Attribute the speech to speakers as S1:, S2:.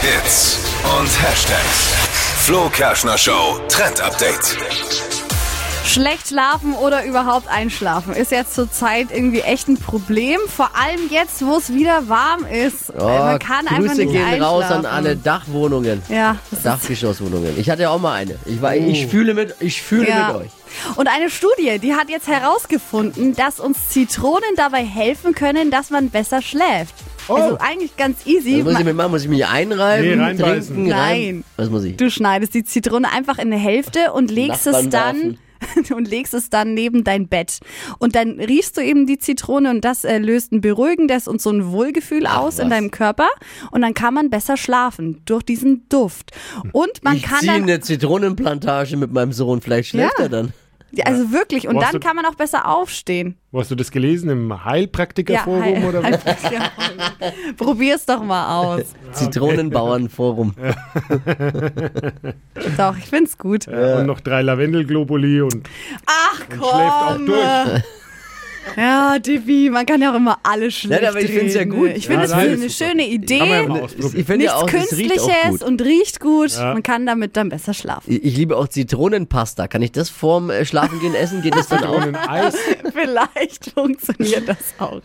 S1: Hits und Hashtags. Flo Kerschner Show Trend Update.
S2: Schlecht schlafen oder überhaupt einschlafen ist jetzt zurzeit irgendwie echt ein Problem. Vor allem jetzt, wo es wieder warm ist.
S3: Oh,
S2: Äh, Man kann
S3: Grüße
S2: einfach nicht
S3: gehen
S2: einschlafen.
S3: raus an alle Dachwohnungen.
S2: Ja, Oh. das ist-
S3: Dachgeschosswohnungen. Ich hatte ja auch mal eine. Ich, war, ich fühle mit, ich fühle mit euch. Also
S2: Und eine Studie, die hat jetzt herausgefunden, dass uns Zitronen dabei helfen können, dass man besser schläft. Also eigentlich ganz easy.
S3: Was Oh. muss ich
S2: Ma-
S3: mir machen? Muss ich mich einreiben?
S4: Nee, reinbeißen.
S3: trinken, rein-
S2: Nein.
S3: Was muss ich?
S2: Du schneidest die Zitrone einfach in eine Hälfte und legst es
S3: Nachbarn
S2: dann und legst es dann neben dein Bett. Und dann riechst du eben die Zitrone und das äh, löst ein beruhigendes und so ein Wohlgefühl aus in
S3: was.
S2: deinem Körper und dann kann man besser schlafen durch diesen Duft. Und man
S3: ich ne-
S2: kann
S3: ziehe
S2: dann
S3: eine Zitronenplantage mit meinem Sohn. Vielleicht schläft
S2: Ja.
S3: er dann.
S4: Ah,
S2: Ja, also wirklich und
S4: Wo hast
S2: dann
S4: du-
S2: kann man auch besser aufstehen.
S4: Wo hast du das gelesen? Im Heilpraktikerforum
S2: hi-
S4: oder was?
S2: Heilpraktikerforum. Probier's doch mal aus.
S3: Zitronenbauernforum.
S2: Doch, ich find's gut.
S4: Ja, Und noch drei Lavendelglobuli und
S2: Ach
S4: auch
S2: komm. Ja, Divi, man kann ja auch immer alles schlecht
S3: aber ich find's ja
S2: reden.
S3: gut.
S2: Ich finde
S4: Ja,
S2: es
S4: das ist
S2: eine
S4: gut.
S2: schöne
S4: kann man ja
S2: Idee.
S4: mal ausprobieren.
S3: Ich finde
S2: Nichts
S3: ja auch, das riecht auch
S2: Künstliches
S3: gut.
S2: und riecht gut.
S4: Ja.
S2: Man kann damit dann besser schlafen.
S3: Ich ich liebe auch Zitronenpasta. Kann ich das vorm äh, Schlafen gehen essen? Geht das dann auch?
S4: Und ein Eis.
S2: Vielleicht funktioniert das auch.